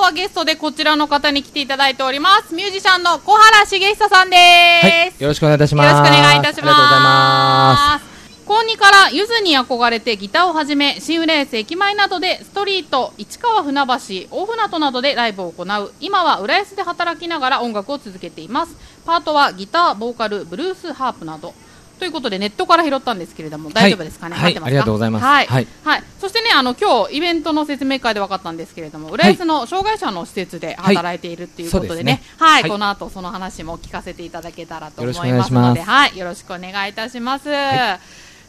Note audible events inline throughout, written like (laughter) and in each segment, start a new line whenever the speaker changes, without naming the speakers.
はゲストでこちらの方に来ていただいておりますミュージシャンの小原茂久さんです、
はい、よろしくお願いいたし
よ
ま
ろ
す。
しくお願いいたします。
ありがとうございます。
高2からゆずに憧れてギターを始め、新浦安駅前などでストリート、市川船橋、大船渡などでライブを行う、今は浦安で働きながら音楽を続けています。パートはギター、ボーカル、ブルース、ハープなど。ということでネットから拾ったんですけれども、大丈夫ですかね、
は
入
い
ってますか
はいありがとうございます
はい。は
はいい。
そしてね、あの、今日イベントの説明会で分かったんですけれども、浦安の障害者の施設で働いているということでね、は、
はいい
この後その話も聞かせていただけたらと思
よ
い
ろ
ま
し
す
く
の
お
で、
願いします
はい、よろしくお願いいたします。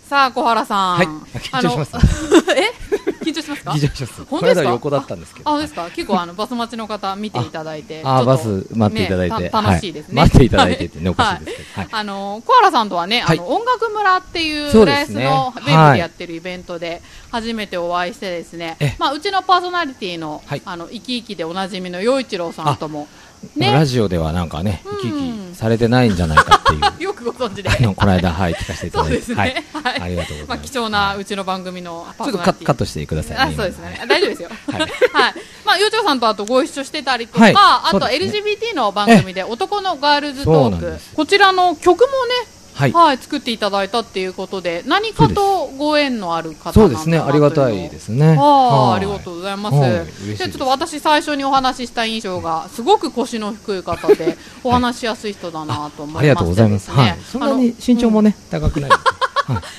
さあ、小原さん。
はい緊張します
あの
(laughs)
え、緊張しますか。
緊張します
本当ですか。
この間横だったんですけど
あ、あそうですか。結構あのバス待ちの方見ていただいて。
あ
ちょ
あ
っ
ー
と
バス待っていただいて、
ねた楽しいですね。
は待っていただいてって
(laughs)
ね、おかしいですけど、はい
はいあの小原さんとはね、あの
は
音楽村っていう
そう
浦
で
安
すね
のウェブでやってるイベントで初めてお会いしてですね
ええ、
まあうちのパーソナリティの
はい
あの生き生きでおなじみの陽一郎さんとも
もうラ
ね、
ジオではなんかね、
うん
生き生きされてないんじゃないかっていう
よくご存知で。
あのこの間はい聞かせていた
そ
だ
う
いて、
です
は
ね
い。、
はい、
ありがとうござい
ま
ま
あ
す。
貴重なうちの番組のパーソ
ちょっと
ナ
カ
リ
ッ
ティ
カットしてください
あ、
ね。
そうですね
今。
大丈夫ですよ。は
はいい。
まあ、ゆうちょうさんとあとご一緒してたりとか、
はい
あと
そうですね
LGBT の番組で男のガールズ
そ
ト
う
ー
なん
ク
です。
こちらの曲もね、
はい。
はい、作っていただいたっていうことで、何かとご縁のある方
そ
な
う
だ
んで
な。
すね、ありがたいですすね。
ああ、ありが
は
とう
い
ございま
はい嬉しい
す。
です
で、ちょっと私最初にお話しした印象が、すごく腰の低い方で、お話しやすい人だなと思いま
ありがとうございます。はい。そんなに身長も
ね
ね、
(laughs)
高くない。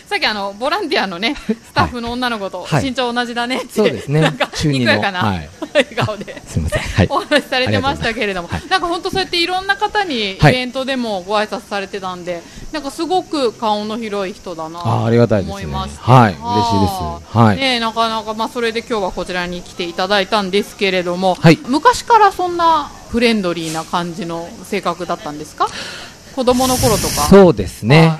さっきあのボランティアのねスタッフの女の子と
はい
身長同じだねって、
そうですね
(laughs) なんか
中二
に
の
こやかな、
はい
笑顔で。
すみません。はい。
お話しされてましたけれども、
あり
なんか本当そうやっていろんな方にイ
はい
ベントでもご挨拶されてたんで、なんかすごく顔の広い人だな
あーありがたいですね
思いました
はい嬉しいです
は
はいい
ねえなかなかまあそれで今日はこちらに来ていただいたんですけれども、
はい
昔からそんなフレンドリーな感じの性格だったんですか子供の頃とか
そうですね、
はい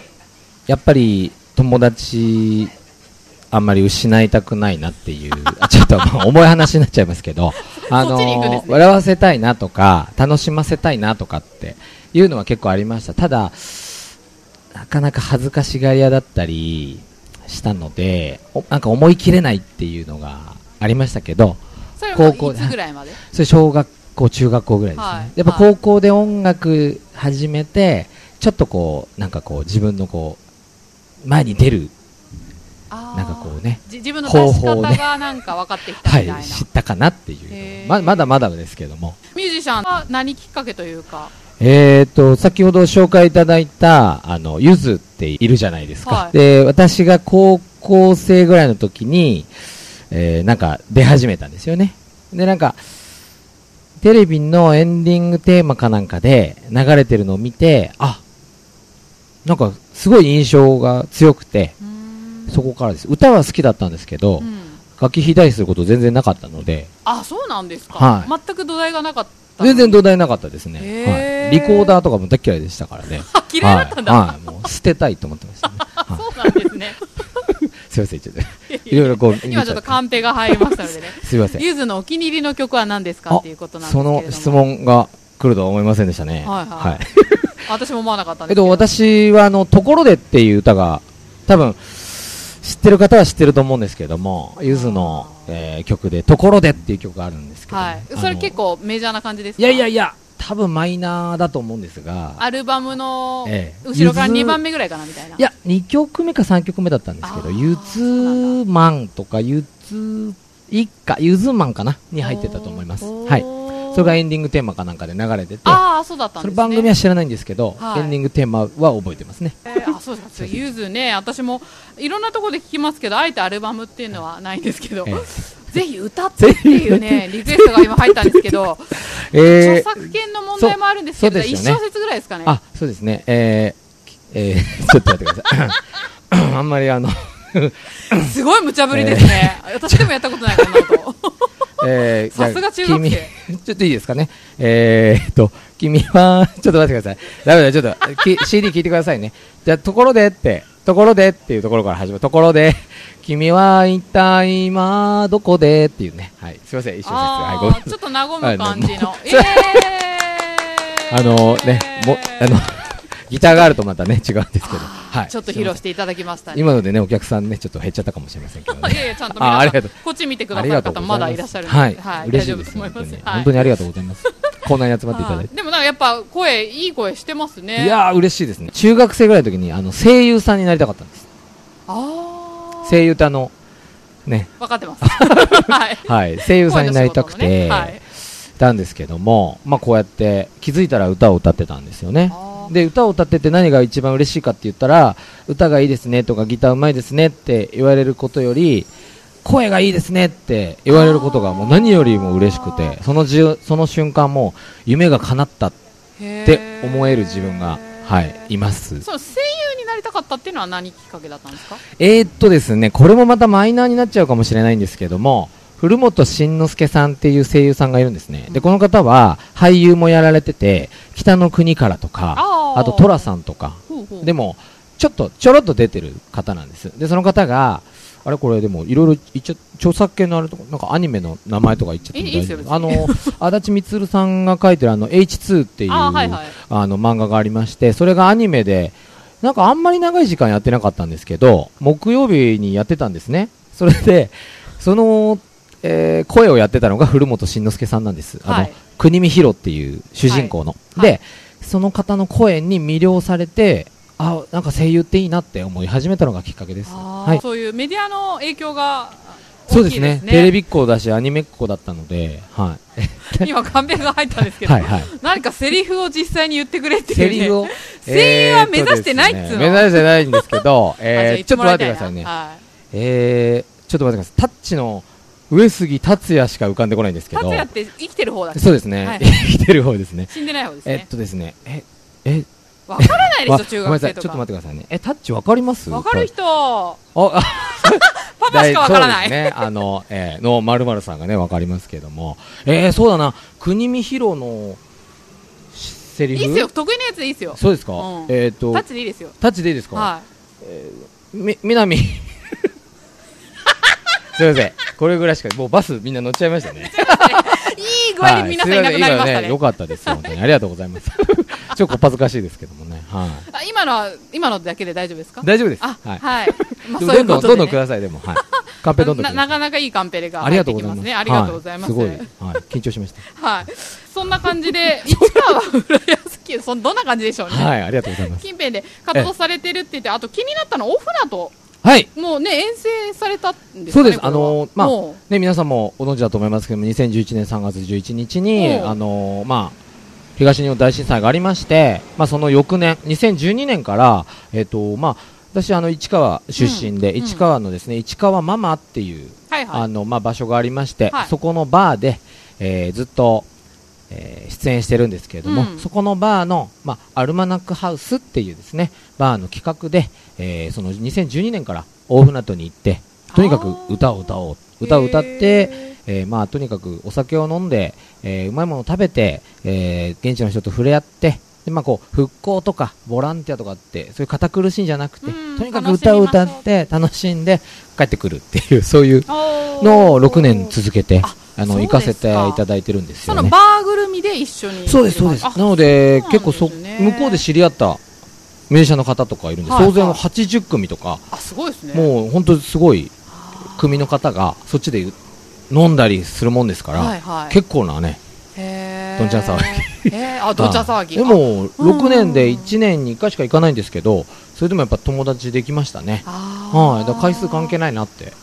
やっぱり友達あんまり失いたくないなっていうあちょっとまあ重い話になっちゃいますけど、
(laughs)
あ
そっちに行くんで
の
すね
笑わせたいなとか楽しませたいなとかっていうのは結構ありましたただなかなか恥ずかしがり屋だったりしたのでおなんか思い切れないっていうのがありましたけど
それはい
高校
つぐらいまで
それ小学校中学校ぐらいですね、
はい
やっぱ
はい
高校で音楽始めてちょっとこうなんかこう自分のこう前に出る、
な
なんかこうね
自分の出し
方
方
法をね
がなんか分かってきたみ
は
たいな、
い、知ったかなってい
へー
うままだまだですけども
ミュージシャンは何きっかけというか
えー、と先ほど紹介いただいたあのゆずっているじゃないですか、
はい
で私が高校生ぐらいの時に、えーなんか出始めたんですよねでなんかテレビのエンディングテーマかなんかで流れてるのを見てあなんかすごい印象が強くて
うーん
そこからです歌は好きだったんですけど、
うん
楽器弾いたりすること全然なかったので
あそうなんですか、
は
全く土台がなかった
全然土台なかったですね、
へー
はい、リコーダーとかも大嫌いでしたからね
あ嫌いだったんだ、
はい、はいもう捨てたいと思ってまし
(laughs)
たね。はい
そうなんですね
すいません、ちょっと。いろいろこう、
今ちょっとカンペが入りましたのでね
すいません。
ゆずのお気に入りの曲は何ですか
あ
っていうことなんですけ
そ
れども
の質問が来るとは思いませんでしたね。
はいはい私も思わなかったんですけ
えっ
ど
と、私は、あの、ところでっていう歌が、多分、知ってる方は知ってると思うんですけども、ゆずの、えー曲で、ところでっていう曲があるんですけど、
はい、それ結
構。
構メジャーな感じです
い
か
やいやいや、多分マイナーだと思うんですが、
アルバムの
ええ
後ろから
ゆず
2番目ぐらいかなみたいない
や、2曲目か3曲目だったんですけ
あ
ど、
ー
ゆずマンとか、ゆず一家、ゆずマンかなに入ってたと思います。はい。それがエンディングテーマかなんかで流れてて、
ああそうだったん
そ
です
れ
ね
番組は知らないんですけど、
はい
エンディングテーマは覚えてますね。
えーあそうですかゆずね私もいろんなところで聞きますけどあえてアルバムっていうのはないんですけど、
え
ぜひ歌ってっていうねリクエストが今入ったんですけど、
ええ
著作権の問題もあるんですけど、
そうそう
一
ですよね
小節ぐらいですかね
あ、そうですね。えーきえー (laughs) ちょっと待ってください。 (coughs) あんまりあの、 (laughs)
すごい無茶ぶりですね、私でもやったことない
(laughs)
こんなこと
えー
さすが中学生
じゃあ君 (laughs) ちょっといいですかね。えーっと、君は、ちょっと待ってください。ダメだ、ちょっと、き CD 聞いてくださいね。じゃあ、ところでって、ところでっていうところから始まる。ところで、君は一体今、どこでっていうね。はい、すいません、一緒です。はい、
あ
ごめんな
ー
さい
ちょっと和む感じの、
はい
え
ねもうあのね、も、あの、ギターがあるとまたね、違うんですけど。
あ
はい
ちょっと披露していただきましたね
今のでね、お客さんね、ちょっと減っちゃったかもしれませんけど
(laughs) い
ね。
やいやちゃんと皆
あ
さん
ありがとう
こっち見てく
あ
だ
り
さ
が
る
とうご
方
ざ
まだ
います。
いらっしゃるんで、
はい。嬉
大
し
丈
い
夫
で
と
す。
思い
本当
ます
に。
はい
本当にありがとうございます。こんなに集まっていただいて
は。いでもなんかやっぱ声いい声してますね
いやー、嬉しいですね。中学生ぐらいの時に、あの、声優さんになりたかったんです。
ああ
声優ってあの、ね、
分かって
(laughs)
ますはい
はい、声優さんになりたく
声の仕事
て、
のねはい
たんですけども、まあこうやって気づいたら歌を歌ってたんですよね
あ。ー
で、歌を歌ってて何が一番嬉しいかって言ったら、歌がいいですねとかギターうまいですねって言われることより、声がいいですねって言われることがもう何よりも嬉しく
あ
て、そのじゅその瞬間もう夢が叶ったっ
って
思える自分が、はい、います。
そう声優になりたかったっていうのは何きっかけだったんですか
えー、っとですね、これもまたマイナーになっちゃうかもしれないんですけども、古本慎之介さんっていう声優さんがいるんですね。で、この方は俳優もやられてて、北の国からとか、
あ
あとトラさんとか、
ほうほう
でも、ちょっとちょろっと出てる方なんです。で、その方が、あれこれでもいろいろ言っちゃ、著作権のあれとか、なんかアニメの名前とか言っちゃっても
いいいい
大
です
丈
よ
夫あの、足立光さんが書いてるあの H2 っていう、
あーはいはい
あの漫画がありまして、それがアニメで、なんかあんまり長い時間やってなかったんですけど、木曜日にやってたんですね。それで、その、えー声をやってたのが古本慎之介さんなんです。あの、
はい
国見博っていう主人公の。
はいは
で、その方の声に魅了されて、あ、なんか声優っていいなって思い始めたのがきっかけです。
あー
はい。
そういうメディアの影響が
そう
大
で
き
す
いで
ね
すね。
テレビっ子だし、アニメっ子だったので、は
今カンペが入ったんです
い。
けど、
はい、はい。
何かセリフを実際に言ってくれっていう、ね、
セリフを。
声優は目指してないっつうの
えーとですね目指してないんですけ
(laughs)
ど、えー、ちょっと待ってくださいね。
は
えー、ちょっと待ってください。タッチの上杉達也しか浮かんでこないんです
い、
けど
達。也って生きてる方だし
そうですね。
はい
(laughs) 生きてる方ですね。
死んでない方です
えっ
ね
とですね。え、え、
わからないで
わ
しょ中
ごめん
学
なさい。
生
ちょ
と
っと待
か
ってくださいね。え、タッチわかります
わかる人
あ、あ
(laughs) パパしかわからな
そう
い、
ですね。あの、えー、の、まるさんがね、わかりますけども。えー、そうだな。国見博のセ
い
リフ
いっすよ得意なやつでいいっすよ
そうですか、
うん
えっ、と
タッチでいいですよ
タッチでいいですか、
は
み、南。すいません。これぐらいしか、もうバスみんな乗っちゃいましたね。
いいい具合で皆さんいなくなりました
はいすいせん今
ね,、
良かったですよ。本当にありがとうござ
(laughs)
います。ちょっとこっぱずかしいですけどもね。はい。
あ今のは今のだけで大丈夫ですか
大丈夫です。
あ
はい。
はい、まあ
で
そ
も
うい
ど
うん
ど
こ
ん、
と
ど
で、
んど
ね、
んください、でも。
(laughs)
はい。カンペどんどんく
な
ださ。
ないかなかいいカンペレが
あり
入っ
がと
て
う
き
ござい
ま
ますす。
ねありがとうございます,、
はすごい。はい。緊張しました。
はい、そんな感じ
(laughs)
で、市川浦安きそんどんな感じでしょうね、
はい。ありがとうございます。
近辺で活動されてるって言って、あと気になったの、オフナと、
はい。
もうね、遠征されたんですかね、
そうです
これは
あのーまあ
もう
ね、皆さんもご存知だと思いますけども、2011年3月11日に、
うん
あのーまあ、東日本大震災がありまして、まあ、その翌年、2012年から、えっ、と、まあ、私、あの、市川出身で、
うん
市川のですね、市川ママっていう、
はいは
あ
い、
の、まあ、場所がありまして、
はい
そこのバーで、えーずっと、えー出演してるんですけれども、
うん
そこのバーの、まあ、アルマナックハウスっていうですね、バーの企画で、えーその2012年から大船渡に行って、とにかく歌を歌おう。歌を歌って、
へ
えーまあ、とにかくお酒を飲んで、えーうまいものを食べて、えー現地の人と触れ合って、でまあ、こう復興とかボランティアとかってそういう堅苦しいんじゃなくて、
うん
とにかく歌を歌って楽しんで帰ってくるっていうそういう
ーおー
のを6年続けて
あ
あ
そ
の
うで
行
すか
かせていただいてるんです
そ
よ
の
ね
バ。ーぐるみで一緒に
そうですそうです。
あ
なので
そうなんですね
結構そ向こうで知り合ったミュージシャンの方とかいるんで、
はいはい
総勢の80組とか、
あすごいですね
もう本当すごい
あ
組の方がそっちで飲んだりするもんですから、
はいはい
結構なね
へー
どんちゃん騒
へーあどんちゃん
(laughs)
騒ぎ
で
あ
も
うん
6年で1年に1回しか行かないんですけどそれでもやっぱ友達できましたね
あー
はいだから回数関係ないなって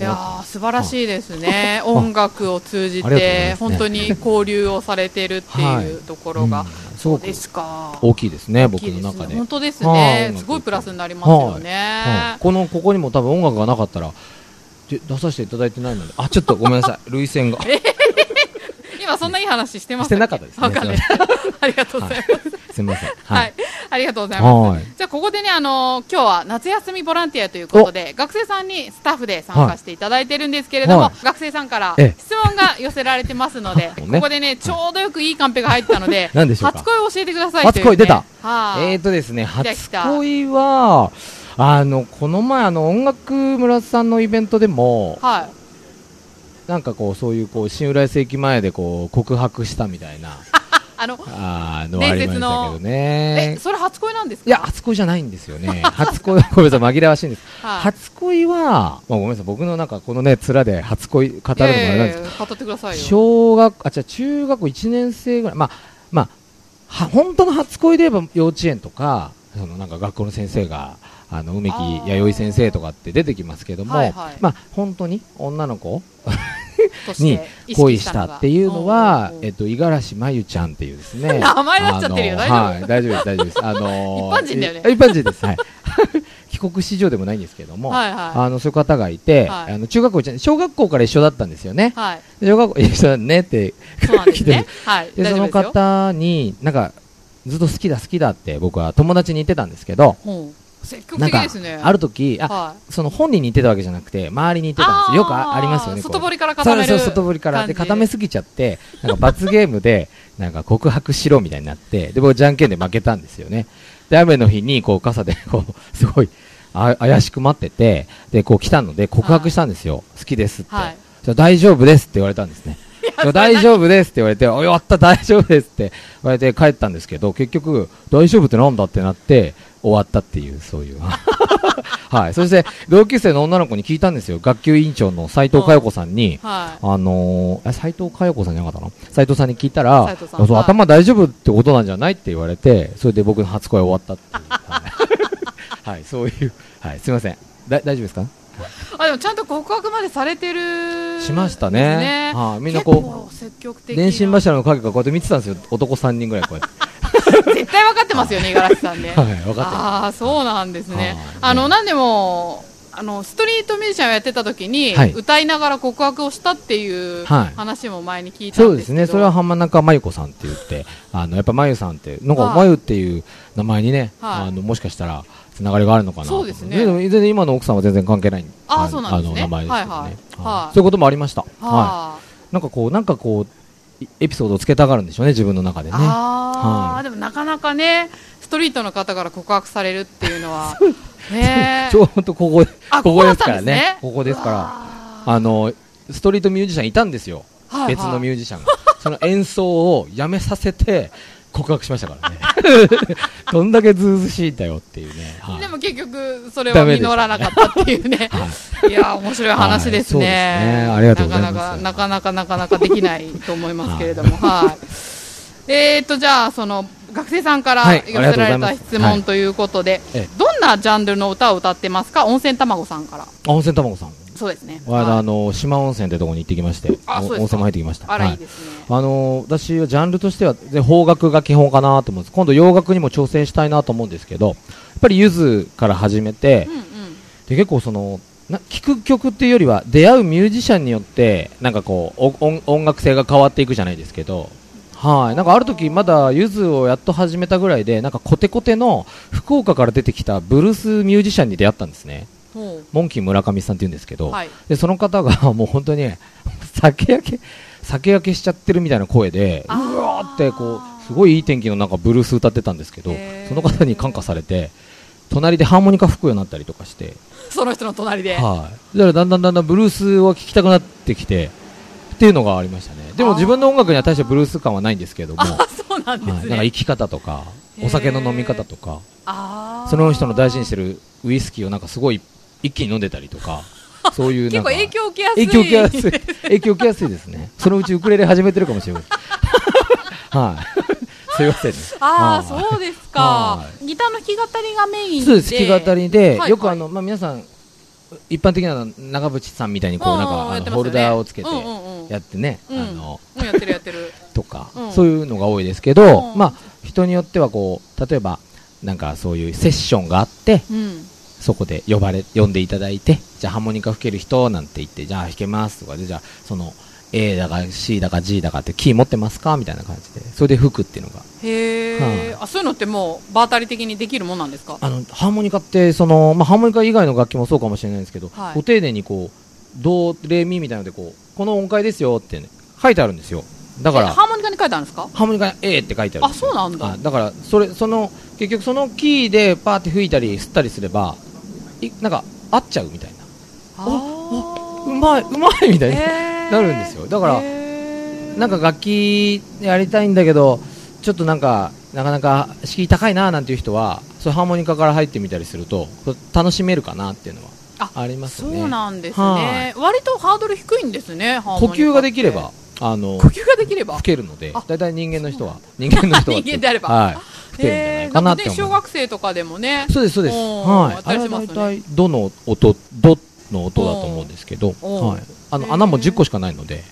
いやー素晴らしいですね、音楽を通じ
ありがとうござい
て、
ます
本当に交流をされてるって
はい
いうところが、
うんす
そ
ご
う
く
ですか、
大きいですね僕
大きい
の
ですね
中で、
本当です
はい音
ね、
楽
すごいプラスになりますよね、
はいこのここにも多分音楽がなかったらで出させていただいてないのであちょっとごめんなさ
(laughs)
い涙腺が
今、そんないい話してま
し
した
て
っけ
なかったですね
わかんない (laughs) ありがとうございます。
すみません
(laughs)
は
はいい、ありがとうございます。
はい
じゃあここでね、あのー今日は夏休みボランティアということで、学生さんにスタッフで参加していただいてるんですけれども、
はい
学生さんから
ええ
質問が寄せられてますので、
そうね
ここでね、ちょうどよくいいカンペが入ったの
(laughs)
で、
何でしょうか
初恋を教えてくださいという、ね。
初恋出た
はい、
えーとですね、
来た来
初
た
恋は、あの、この前、あの、音楽村さんのイベントでも、
はい。 (laughs)
なんかこう、そういう、こう、新浦安駅前で、こう、告白したみたいな
あの
あーのあ
伝
りま
説
し
の
たけどね
えそれ初恋なんです
い
か
や、初恋じゃないんですよね。初恋 (laughs) は、ごめんなさい、紛らわしいんです。
はい
初恋は、まあ、ごめんなさい、僕のなんかこのね、面で初恋語るのもあ
いやい
れな
や
んです
い
け
や語ってくださ
ど、
いよ
小学、あ、じゃ中学校1年生ぐらい、まあ、まあ、は本当の初恋で言えば幼稚園とか、そのなんか学校の先生が、あの梅木
あー
弥生先生とかって出てきますけども、
はいはい
まあ、本当に女の子
とし
に
て意識
恋したっていうのは
のが、
えっと、五十嵐真由ちゃんっていうですね。
(laughs) 名前なっちゃってるよ
あのはい、大丈夫です、大丈夫です。あのー
一般人だよね
い一般人です。はい。 (laughs) 帰国子女でもないんですけども、
はいはい
あの、そういう方がいて、
はい
あの、中学校一年、小学校から一緒だったんですよね。
はい
小学校一 (laughs) 緒だねって、
そうなんです
(laughs)
ねはい
で、
大
そ
丈夫
の
ですよ
方に、なんか、ずっと好きだ好きだって僕は友達に言ってたんですけど、
ほう積極
なん
的
か
ですね、
ある時、あ、
はい
その本人に言ってたわけじゃなくて、周りに言ってたんですよ。よくあありますよね。こう
外堀から固める
そうそう外堀からで
感じ
固めすぎちゃってなんか罰ゲームで (laughs) なんか告白しろみたいになってで僕じゃんけんで負けたんですよねで雨の日にこう傘で (laughs) こうすごいあ怪しく待っててでこう来たので告白したんですよ、好きですって、
はい
じゃあ大丈夫ですって言われたんですね大丈夫ですって言われて、おやった、大丈夫ですって言われて帰ったんですけど、結局、大丈夫ってなんだってなって、終わったっていう、そう
(laughs)
いう。はい。そして、同級生の女の子に聞いたんですよ。学級委員長の斎藤佳代子さんに、
はい
あのー、斎藤佳代子さんじゃなかったの斎藤さんに聞いた
斉
ら、
藤さん
そう
はい
頭大丈夫ってことなんじゃないって言われて、それで僕の初恋終わったっていう。
(laughs)
はい、はいそういう、はい、すみません。だ大丈夫ですか
あでもちゃんと告白までされてる
しました
です
ね。はい、みんな
結
こ
構積極
う、
的な
電信柱の影がこうやって見てたんですよ。男3人ぐらいこう
(laughs)
やって。
絶対分かってますよね五十嵐さんね
(laughs) はい、分かっ
ああそうなんですね
はい
あの何でもあのストリートミュージシャンをやってた時に、
はい
歌いながら告白をしたっていう
はい
話も前に聞い
て
た
そうんで
です
す
けど、
ね。それは浜中真由子さんって言って、あの、やっぱ真由さんって、なん
は
か
い
真由っていう名前にね、
はい
あの、もしかしたら、つながりがあるのかなと
そう
思
ですね
も全然今の奥さんは全然関係ない。
あーそうなんですね
あの、名前ですけどね。
はいはいはい
そういうこともありました。はい。
は
なんかこう、なんかこう、いエピソードをつけたがるんでしょうね、自分の中でね。
ああ、
はい
でもなかなかねストリートの方から告白されるっていうのはね
(laughs) ちょうどここ、
あ
こ
ここ
こ
だっ
です
たんで
から
すね
ね。ここですから。
ら
あの、ストリートミュージシャンいたんですよ。別のミュージシャン
(laughs)
が。その演奏をやめさせて告白しましたか
(laughs)
らね。どんだけずうずしいんだよっていうね。はい
でも結局、それは
ダメでした
実らなかったっていうね、い、やー、面白い話ですね,、
はいそうですねありがとうございます
なかなか、なかなか、なかなかできないと思いますけれども、はい。えー、と、じゃあ、その、学生さんから
はい
寄せら
ありがと
れ
うござ
た
います
質
は
問
い
ということで、
ええ
どんなジャンルの歌を歌ってますか温泉卵さんから。
あ温泉卵さん。
そうですね。
我々あ
はい
の、島温泉ってとこに行ってきまして、
あそうですか
お温泉も入ってきました。
あら、
はい
い、ですね。
あのー私はジャンルとしてはで邦楽が基本かなと思うんです今度洋楽にも挑戦したいなと思うんですけどやっぱりゆずから始めて、
うんうん。
で結構そのな聴く曲っていうよりは出会うミュージシャンによってなんかこうお音音楽性が変わっていくじゃないですけどはいなんかある時まだゆずをやっと始めたぐらいでなんかコテコテの福岡から出てきたブルースミュージシャンに出会ったんですね
ほ
モンキー村上さんって言うんですけ
う。
ど、
はい。
でその方が (laughs) もう本当に酒焼け酒焼けしちゃってるみたいな声でう
あー
わーってこうすごいいい天気の中ブルース歌ってたんですけど
へー
その方に感化されて隣でハーモニカ吹くようになったりとかして、
その人の隣で。
はい、だからだんだんだんだんブルースを聴きたくなってきてっていうのがありましたねで
あ
も
ー
自分の音楽には大してブルース感はないんですけども、
あー
は
そうなん
い、
です
なんか
ね。
生き方とか
へー
お酒の飲み方とか
あー
その人の大事にしてるウイスキーをなんかすごい一気に飲んでたり
(laughs)
とかそういう
結構
なんか
影響受 (laughs) けやすい。
影響受けやすい影響受けやすいですねそのうちウクレレ始めてるかもしれない
(laughs)
はいすいませんね
ああ
はい
そうですか
は
ギターの弾き語りがメインで
そうです弾き語りで、
いはい
よくあの、まあ、皆さん一般的な長渕さんみたいにこうなん
うんうん
か
や
あ
って
の
ますよね
ホルダーをつけて
うんうんうん
やってね、
うん
あの
もうやってるやってる
とか、
うん
そういうのが多いですけど、
うん
まあ人によってはこう例えばなんかそういうセッションがあって
うん
そこで呼ばれ呼んでいただいてじゃあハーモニカ吹ける人なんて言ってじゃあ弾けますとかでじゃあその A だか C だか G だかってキー持ってますかみたいな感じでそれで吹くっていうのが
へえ
は
あそういうのってもう場当たり的にできるもんなんですか
あのハーモニカってその、まあ、ハーモニカ以外の楽器もそうかもしれないんですけど、
はい
ご丁寧にこうドレミみたいなのでこうこの音階ですよって、ね、書いてあるんですよだから
えハーモニカに書いてあるんですか
ハーモニカ A って書いてある
あそうなんだ
あだからそれその結局そのキーでパーって吹いたり吸ったりすればいなんか合っちゃうみたいな
あ
うまいうまいみたい
な
な、なるんですよだから
ら
なんか楽器やりたいんだけどちょっとなんか、なかなか敷居高いななんていう人は、そうハーモニカから入ってみたりすると、これ楽しめるかなっていうのは
あ
あります
そ
ね。
うなんです
は
ね。割とハードル低いんですね。ハーモニ
呼
カって
吸ができれば、あの、
呼吸ができれば
吹。けるので
あ、
大体人間の人は、人間の人はってい
(laughs)
う。
人間であれば
はい。吹けるんじゃな
えー
い
な
か
ん
な
か
って
ね
思う。
小学生とかでもね。
そうです、そうです。
おー
はい。
あ
あ
った
れ
り
は
します
大
ね
体、どの音、どの音だと思うんですけど、
おー
はい。あ
へ
の、
ー
穴も10個しかないので、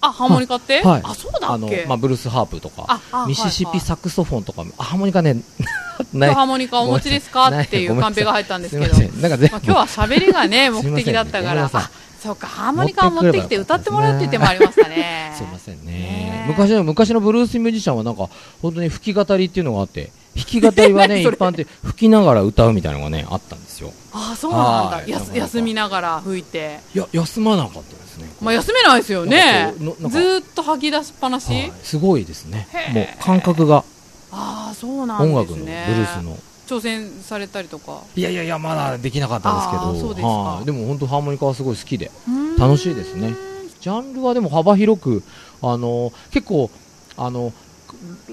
あ、ハーモニカって
はい
あ、そうだ
あ
っ
の
け、
まあ、ブルースハープとか、
ああ
ミシシ
はい
ピ
はい
サクソフォンとか、あハーモニカね、 (laughs) ない。
ハーモニカお持ちですかってい
ご
う
めん
カ
な
ン
さ
ペ
い
が入ったんですす
い
け
ま
ど、
せん。なんか全
まあ、
部、
今日は喋りが
(laughs)
ね、目
すいません
的だったから、
ごめんなさい。
あ、そうか、ハーモニカを持ってきて歌ってもらうっていう手もありましたね
すいませ
ね
んね。昔の、昔のブルースミュージシャンはなんか、本当に吹き語りっていうのがあって、弾き語りはね、 (laughs)
何
一
それ
般で吹きながら歌うみたいなのがね、あったんですよ。
あ、そうなん
は
だ。
い
やす休みながら吹いて。
いや、休まなかったですね。
まあ、休めないですよね。ず
なんかこうのなんか
ーっと吐き出しっぱなし、
はいすごいですね
へ。ー
もう感覚が、
ああ、そうなん
音
で
楽
す
の、ブル
ね。
ースの。
挑戦されたりとか。
いやいやいや、まだできなかったですけ
あーそうで
ど、
すか
はいでも本当ハーモニカはすごい好きで、
うーん
楽しいですね。ジャンルはでも幅広く、あの、結構、あの、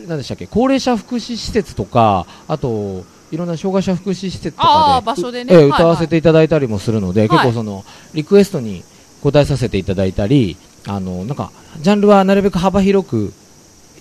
何でしたっけ、高齢者福祉施設とか、あと、いろんな障害者福祉施設と
あ
か
あ
で、
場所でね
ええ
はいはい
歌わせていただいたりもするので、
はい
結構その、リクエストに応えさせていただいたり、あの、なんか、ジャンルはなるべく幅広く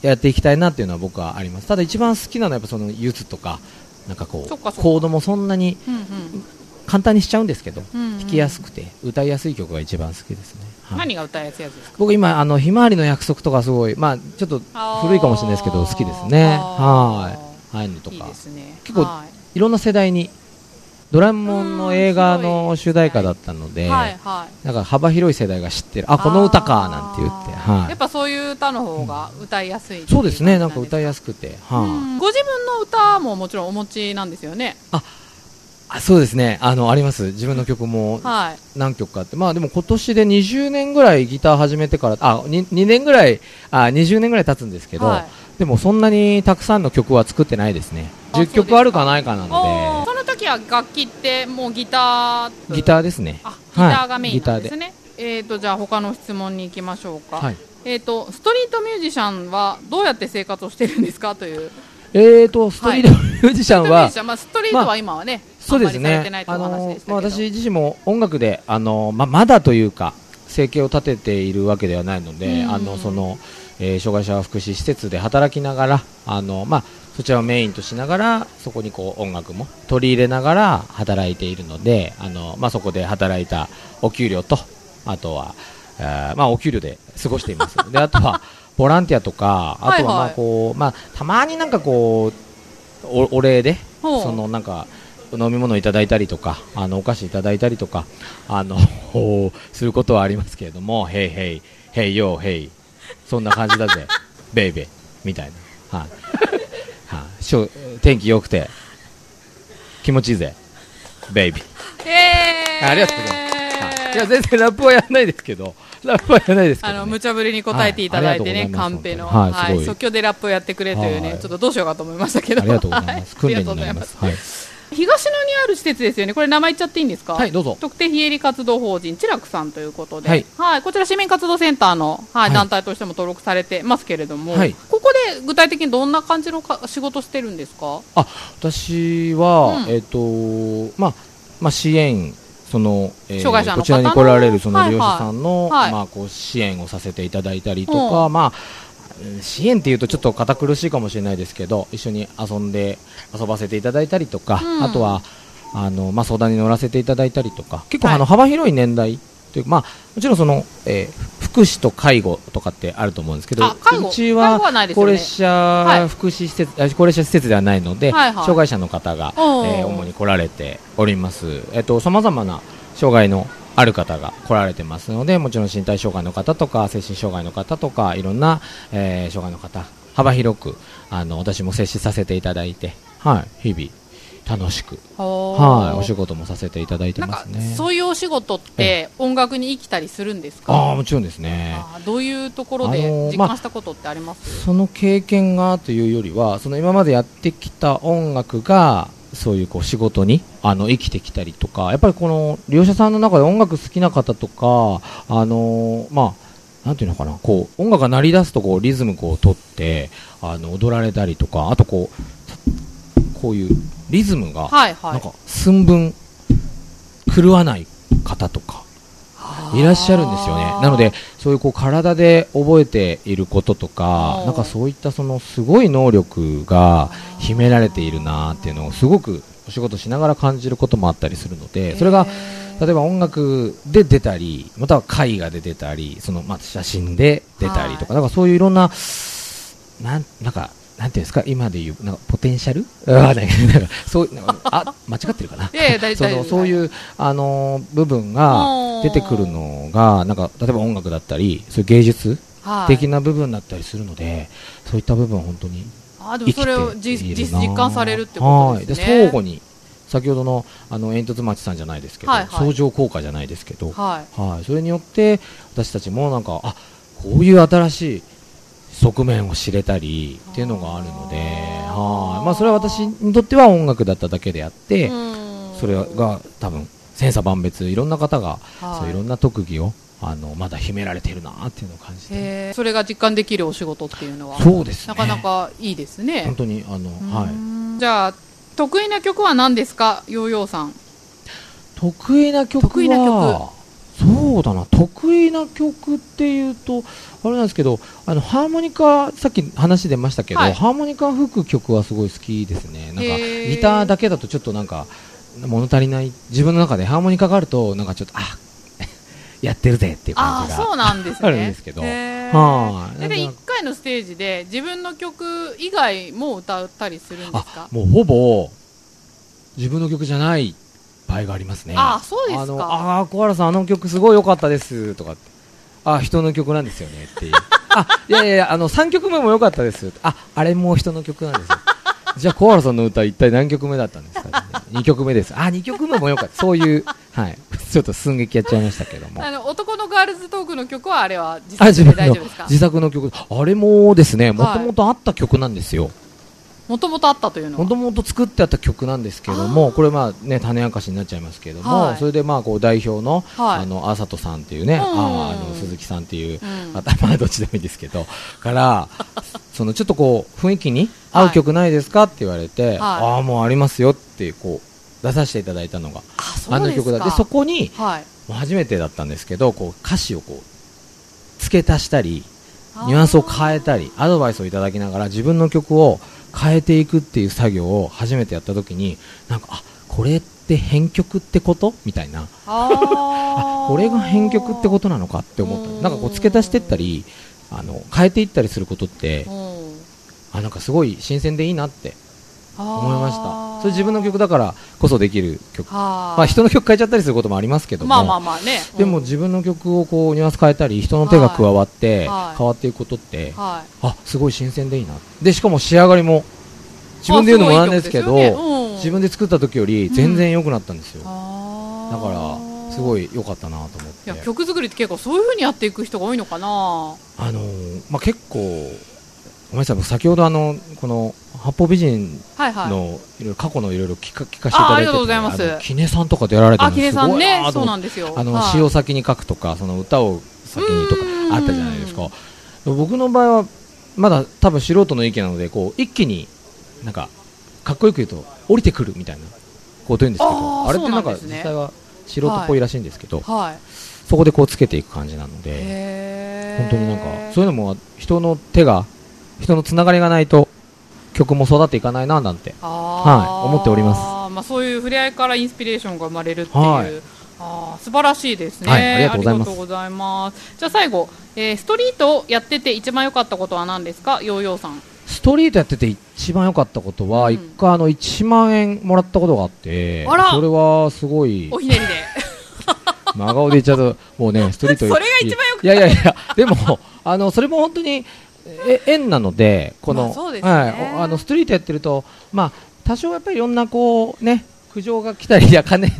やっていきたいなっていうのは僕はあります。ただ一番好きなのはやっぱその、ゆずとか、なんかこ
そっかそっ
う、
か
コードもそんなに
うんうん
簡単にしちゃうんですけど、
うんうん
弾きやすくて、歌いやすい曲が一番好きですね。はい
何が歌いやすいやつですか
僕今あのひまわりの約束とかすごいまあちょっと
あー
古いかもしれないですけど好きですね
あー
はいああいうのと
いい
か
ですね
結構
はい
ろんな世代にドラえもんの映画の主題歌だったの
い、
で、
はいはい
なんか幅広い世代が知ってるあこの歌かなんて言って
あー
は
やっ
い
ぱそういう歌の方が歌いやすい、
そうですねなんか歌い
や
やすくて
す
はい、
ご自分の歌ももちろんお持ちなんですよね
あそうですねあのあります自分の曲も
はい
何曲かあってまあでも今年で20年ぐらいギター始めてからあに 2, 年ぐらいあ20年ぐらい経つんですけど、
はい
でもそんなにたくさんの曲は作ってないですね
あそう
10
ですか
曲あるかないかな
おー
の
その時は楽器ってもうギター
でギタ
ー
ーですね
あギタ
はい
ーがメインなんですね、えーとじゃあ他の質問に行きましょうか、
はい
えーとストリートミュージシャンはどうやって生活をしてるんですかという
えーとストリートミュージシャン
ミュー
は、
ジシャンまあ、ストリートは今はね、
そうです
あんまりされてな
ね
いと
あ
いうお話で
の
したけ
まあ
ど、
私自身も音楽であのまあまだというか生計を立てているわけではないので
うん
あのその、えー障害者福祉施設で働きながらあのまあそちらをメインとしながらそこにこう音楽も取り入れながら働いているのであのまあそこで働いたお給料とあとは、えーまあお給料で過ごしています。であとはボランティアとかあとはま
はい
あ
はい
こうまあたまになんかこうおお礼で
ほう
そのなんか飲み物いただいたりとかあのお菓子いただいたりとかあの (laughs) することはありますけれども「へいへいへいよへいそんな感じだ
(laughs)
ぜベイベー」みたいな、はいはいしょ天気良くて気持ちいいぜベイビー
えー、
ありがとうございはいいや全然ラップはやらないですけどラップはやらないですけ
あ
ど、ね、
の無茶ぶりに答えていただいて
はいあ
ね、
りが
カ
とう
ン
ござ
ペ
い
の、
ます本当には
は
いす
い
ごい
即興でラップをやってくれというね、
はい
ちょっとどうしようかと思いましたけど、
ありがとうございます、
は
(laughs) 訓練
あ
に
り
な
が
り
とうございま
ますすはい、
東野にある施設ですよね、これ、名前言っちゃっていいんですか、
はい、どうぞ
特定非営利活動法人、チラクさんということで、は
はいい
こちら、市民活動センターの、はい
はい
団体としても登録されてますけれども、
はい
ここで具体的にどんな感じのか仕事してるんですか、
あ私は、
うん
えっ、とまあまあ支援その、えー
障害者の方の
こちらに来られるそ
は
の
いはい
利用者さんの、
はい
まあこう支援をさせていただいたりとか、まあうん支援っていうとちょっと堅苦しいかもしれないですけど一緒に遊んで遊ばせていただいたりとか、
うん
あとはあのまあ相談に乗らせていただいたりとか結構
はい
あの幅広い年代というかまあもちろんその、えー福祉と介護とかってあると思うんですけど
あ介護
う
介
ちは
護はないです
高
よね
齢者福祉施設、あ高齢者施設ではないので、
はいはい
障害者の方が、え
おう
ー主に来られております。えっと、様々な障害のある方が来られてますので、もちろん身体障害の方とか、精神障害の方とか、いろんな、えー障害の方、幅広く、あの、私も接しさせていただいて、はい、日々、楽しく、
は
はい、お仕事もさせていただいて
なん
ま
か
すね。
そういうお仕事って音楽に生きたりするんです
ああ、
か
もちろんですね。
あーどういうところで
あのー
実感したことってあります、
その経験がというよりはその今までやってきた音楽がそういうこう仕事にあの生きてきたりとかやっぱりこの利用者さんの中で音楽好きな方とかあのまあなんていうのかな、こう、音楽が鳴り出すと、こう、リズムこう、取って、あの、踊られたりとか、あとこう、こういう、リズムが、
はい
な
は
んか、寸分、狂わない方とか、
い
いらっしゃるんですよね。なので、そういうこう体で覚えていることとか
う、ん
なんかそういったそのすごい能力が秘められているなっていうのをすごくお仕事しながら感じることもあったりするので、それが例えば音楽で出たり、または絵画で出たり、そのまあ写真で出たりとか、なんかそういういろんな、なんなんか、なんていうんですか、今でいう、なんかポテンシャル (laughs) あなんかなんかそうなんかあ、間違ってるかな。
いやいや大
そ
丈夫
のそう
う
いう、あのー部分が出てくるのがなんか例えば音楽だったりそういう芸術的な部分だったりするので、そういった部分は本当に
あでも
生きてい
そ
る
れ
な
を実実実感されるってことですね
はい相互に先ほどのあの煙突町さんじゃないですけど、
はいはい
相乗効果じゃないですけど、
はい
はい、それによって私たちもなんかあこういう新しい側面を知れたりっていうのがあるので
あー
はい、まあ、それは私にとっては音楽だっただけであって、
うん
それが多分千差万別いろんな方が、
はい
そういろんな特技をあのまだ秘められてるなっていうのを感じて
へーそれが実感できるお仕事っていうのは
そうです
な
ね
かなかいいですね
本当にあの、は
う
い、
んじゃあ得意な曲は何ですかヨーヨーさん
得意な曲は
得意な曲
そうだな得意な曲っていうとあれなんですけどあのハーモニカさっき話出ましたけど、
はい
ハーモニカ吹く曲はすごい好きですねなんか
へー
ギターだけだとちょっとなんか物足りない自分の中でハーモニカがあるとなんかちょっとあ (laughs) やってるぜっていう
あ
感じ
あ
が
そうなんですね
あるんですけど
へー
はい
えで
なん
1
か
回のステージで自分の曲以外も歌ったりするんですか
あもうほぼ自分の曲じゃない場合がありますね
あそうですか
あのあー小原さんあの曲すごい良かったですとかってあ人の曲なんですよね
(laughs)
っていうあいやいやいやあの3曲目も良かったですああれも人の曲なんで
(laughs)
すよじゃあ小原さんの歌一体何曲目だったんですか、ね、2曲目ですあ2曲目も良かったそういう、はい、ちょっと寸劇やっちゃいましたけども
あの男のガールズトークの曲はあれは自
あ自
作で大
分の
丈夫ですか
自作の曲あれもですねも
はい
ともとあった曲なんですよ、
もともとあったというの
もと
は
もと作ってあった曲なんですけど
あ
も、
ー
これまあね、種明かしになっちゃいますけども、
はい
それでまあこう代表の、
はい
あの、あさとさんっていうね、
うん
あーあの、鈴木さんっていう、
うん
頭はどっちでもいいですけど、から、そのちょっとこう、雰囲気に合う曲ないですかって言われて、ああ、もうありますよって、こう、出させていただいたのが、
あそ
あ
う
の
です
曲だ。
か
で、そこに、
はい
もう初めてだったんですけど、こう、歌詞をこう、付け足したり、
あー
ニュアンスを変えたり、アドバイスをいただきながら自分の曲を変えていくっていう作業を初めてやった時に、なんか、あ、これって編曲ってことみたいな。
あ
あ、 (laughs) これが編曲ってこととなのかって思った
う。ん
なんかこう付け足してったり、あの、変えていったりすることって、
思い
あ、なんかすごい新鮮でいいなって思いました。それ自分の曲だからこそできる曲。
は
まあ人の曲変えちゃったりすることもありますけども。
まあまあまあねうん
でも自分の曲をこうニュアンス変えたり、人の手が加わって
はい
変わっていくことって、
はい
あすごい新鮮でいいなでしかも仕上がりも自分で言うのもなんですけ
あす
ど
ごい曲ですよねうん
自分で作った時より全然良くなったんですよ、だ
あ
から
ー
すごい良かったなと思っ
い
て
や曲作りって結構そういう風にやっていく人が多いのかな
あのーまあ、結構ごめんなさい僕先ほどあのこの八方美人
はいはい
のいろいろ過去のいろいろ聞か聞かせていただいてて
あありがとうございます
あのキネさんとか出られた
あ
の
きね
す
さん
ごい
ね
なと
そう
思
な
って
んですよ
あの
はい
詩を先に書くとかその歌を先にと
うん
かあったじゃないですか僕の場合はまだ多分素人の意見なのでこう一気になんかかっこよく言うと降りてくるみたいなこと言うんですけ
あ
ど
ー
あれってなん
そう
か
なんです
実
ね
際は素人っぽいらしいんですけど
はい
そこでこうつけていく感じなので
へー
本当になんかそういうのも人の手が人のつながりがないと曲も育っていかないななんて
あー
はい思っております
まあ、そういう触れ合いからインスピレーションが生まれるっていう、
はい
あー素晴らしいですね、
はいありがとうござ
あり
います
がとうございますじゃあ最後、えーストリートをやってて一番良かったことは何ですかヨーヨーさん
ストリートやってて一番良かったこと
う
は、
ん
一回あの1万円もらったことがあって、
あら
それはすごい
おひねりで
(laughs) 真顔で言っちゃうと、も
(laughs)
うね、ストリート
それが一番良かった
いやいやいや、でも、あのそれも本当にえ縁なので、この、
まあそうですね
はい、おあのストリートやってると、まあ、多少やっぱりいろんなこう、ね、苦情が来たり、いや、
(laughs)
金、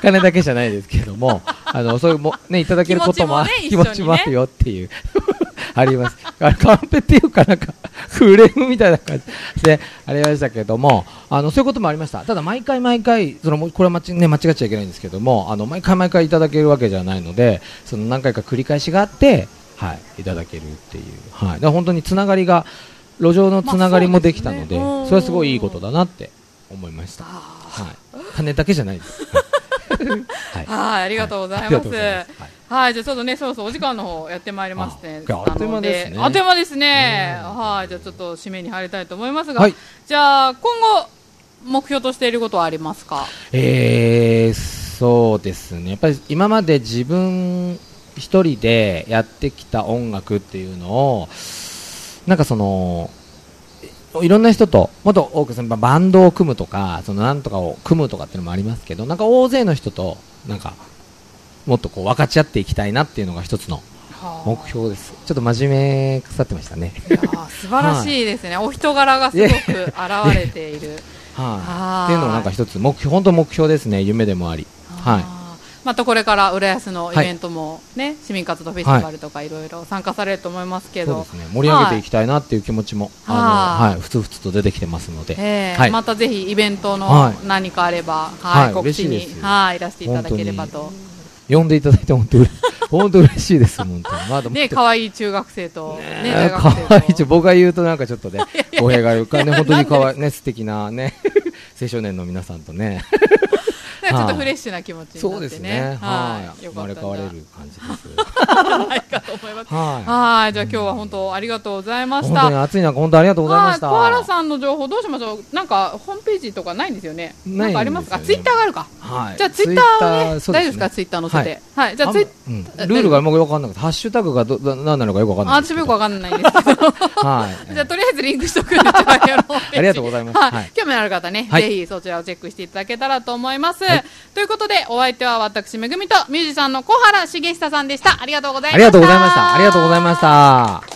金だけじゃないですけども、あのそういうも、ね、いただけることもあ
気持ちもね一緒にね
気持ちもあるよっていう。あります。あれ、カンペっていうかなんか、フレームみたいな感じで、ありましたけども、あの、そういうこともありました。ただ、毎回毎回、その、もうこれは間違,、ね、間違っちゃいけないんですけども、あの、毎回毎回いただけるわけじゃないので、その、何回か繰り返しがあって、はい、いただけるっていう、はい、だから本当につながりが路上のつながりもできたので,、
まあそうですねうん
それはすごいいいことだなって思いました、
あー
はい、金だけじゃないです、
(laughs)
はいはい
はい、ありがとうござ
あ
い
りが
ま
と
す。
うご
は
ざい
い、
ますはい
じゃあちょっとね、そうそうお時間の方やってまいりまして、
ああっという間ですね
あっという間ですね。
うん
はい、じゃあちょっと締めに入りたいと思いますが、
はい
じゃあ今後目標としていることはありますか。
えー、そうですね、やっぱり今まで自分一人でやってきた音楽っていうのを、なんかその、いろんな人と、もっと多くそのバンドを組むとか、そのなんとかを組むとかっていうのもありますけど、なんか大勢の人と、なんか、もっとこう分かち合っていきたいなっていうのが一つの目標です。ちょっと真面目腐ってましたね。
いやー素晴らしいですね、お人柄がすごく現れている。
(laughs) (laughs) は
あー
い。っていうのもなんか一つ目標、本当目標ですね、夢でもあり。はい。
あーまたこれから浦安のイベントもね、市民活動フェスティバルとかいろいろ参加されると思いますけ
そう
ど、
ですね、盛り上げていきたいなっていう気持ちも、
はい
あのはい、ふつふつと出てきてますので、
ええ
はい
またぜひイベントの
はい
何かあれば、はい
はい
告知
嬉しい
に
です
はいいらしていただければと
本呼んでいただいて本当嬉 (laughs) 本当嬉しいです、本当に。まだ
ね可愛い中学生とね大学生と
可愛いちょ僕が言うとなんかちょっと
(laughs)
ね、語弊があるからね、本当に可愛いね、素敵なね、 (laughs) 青少年の皆さんと
(laughs)
ね、
ねちょっ
は
と
い
フレッシュな気持ちに
そ
な
う
っ
で
て
す
ね
ね、はい、
よ
生
か
ま
っ
れ
たん
変わ
じ
れ
ゃ
る
(laughs)
感じです。
ないかと思います。
は
はいじゃあ今日は本当ありがとうございま
い。
し
本
た。
当に暑い中、本当ありがとうございました。
はい小原さんの情報どうしましょう。なんかホームページとかないんですよね。
ないんですよね
んかありますか。ツイッターがあるか。
はい
じゃあツイッターをね
Twitter そう
大丈夫ですかツイッター載せて。はい、じゃあツイッ
あんうんルールがもうよくわかんなくて、ハッシュタグがどど何なのかよくわかん
あ
ないんで
私も
すけど。
よくわかんないんですけど。
はい。
じゃあ、とりあえずリンクしとくんで、一番やろう
ありがとうございます
はい
はい
興味のある方ね、
はい
ぜひそちらをチェックしていただけたらと思います。
はい
ということで、お相手は私、めぐみとミュージシャンの小原茂久さんでした。ありがとうございました。
ありがとうございました。ありがとうございました。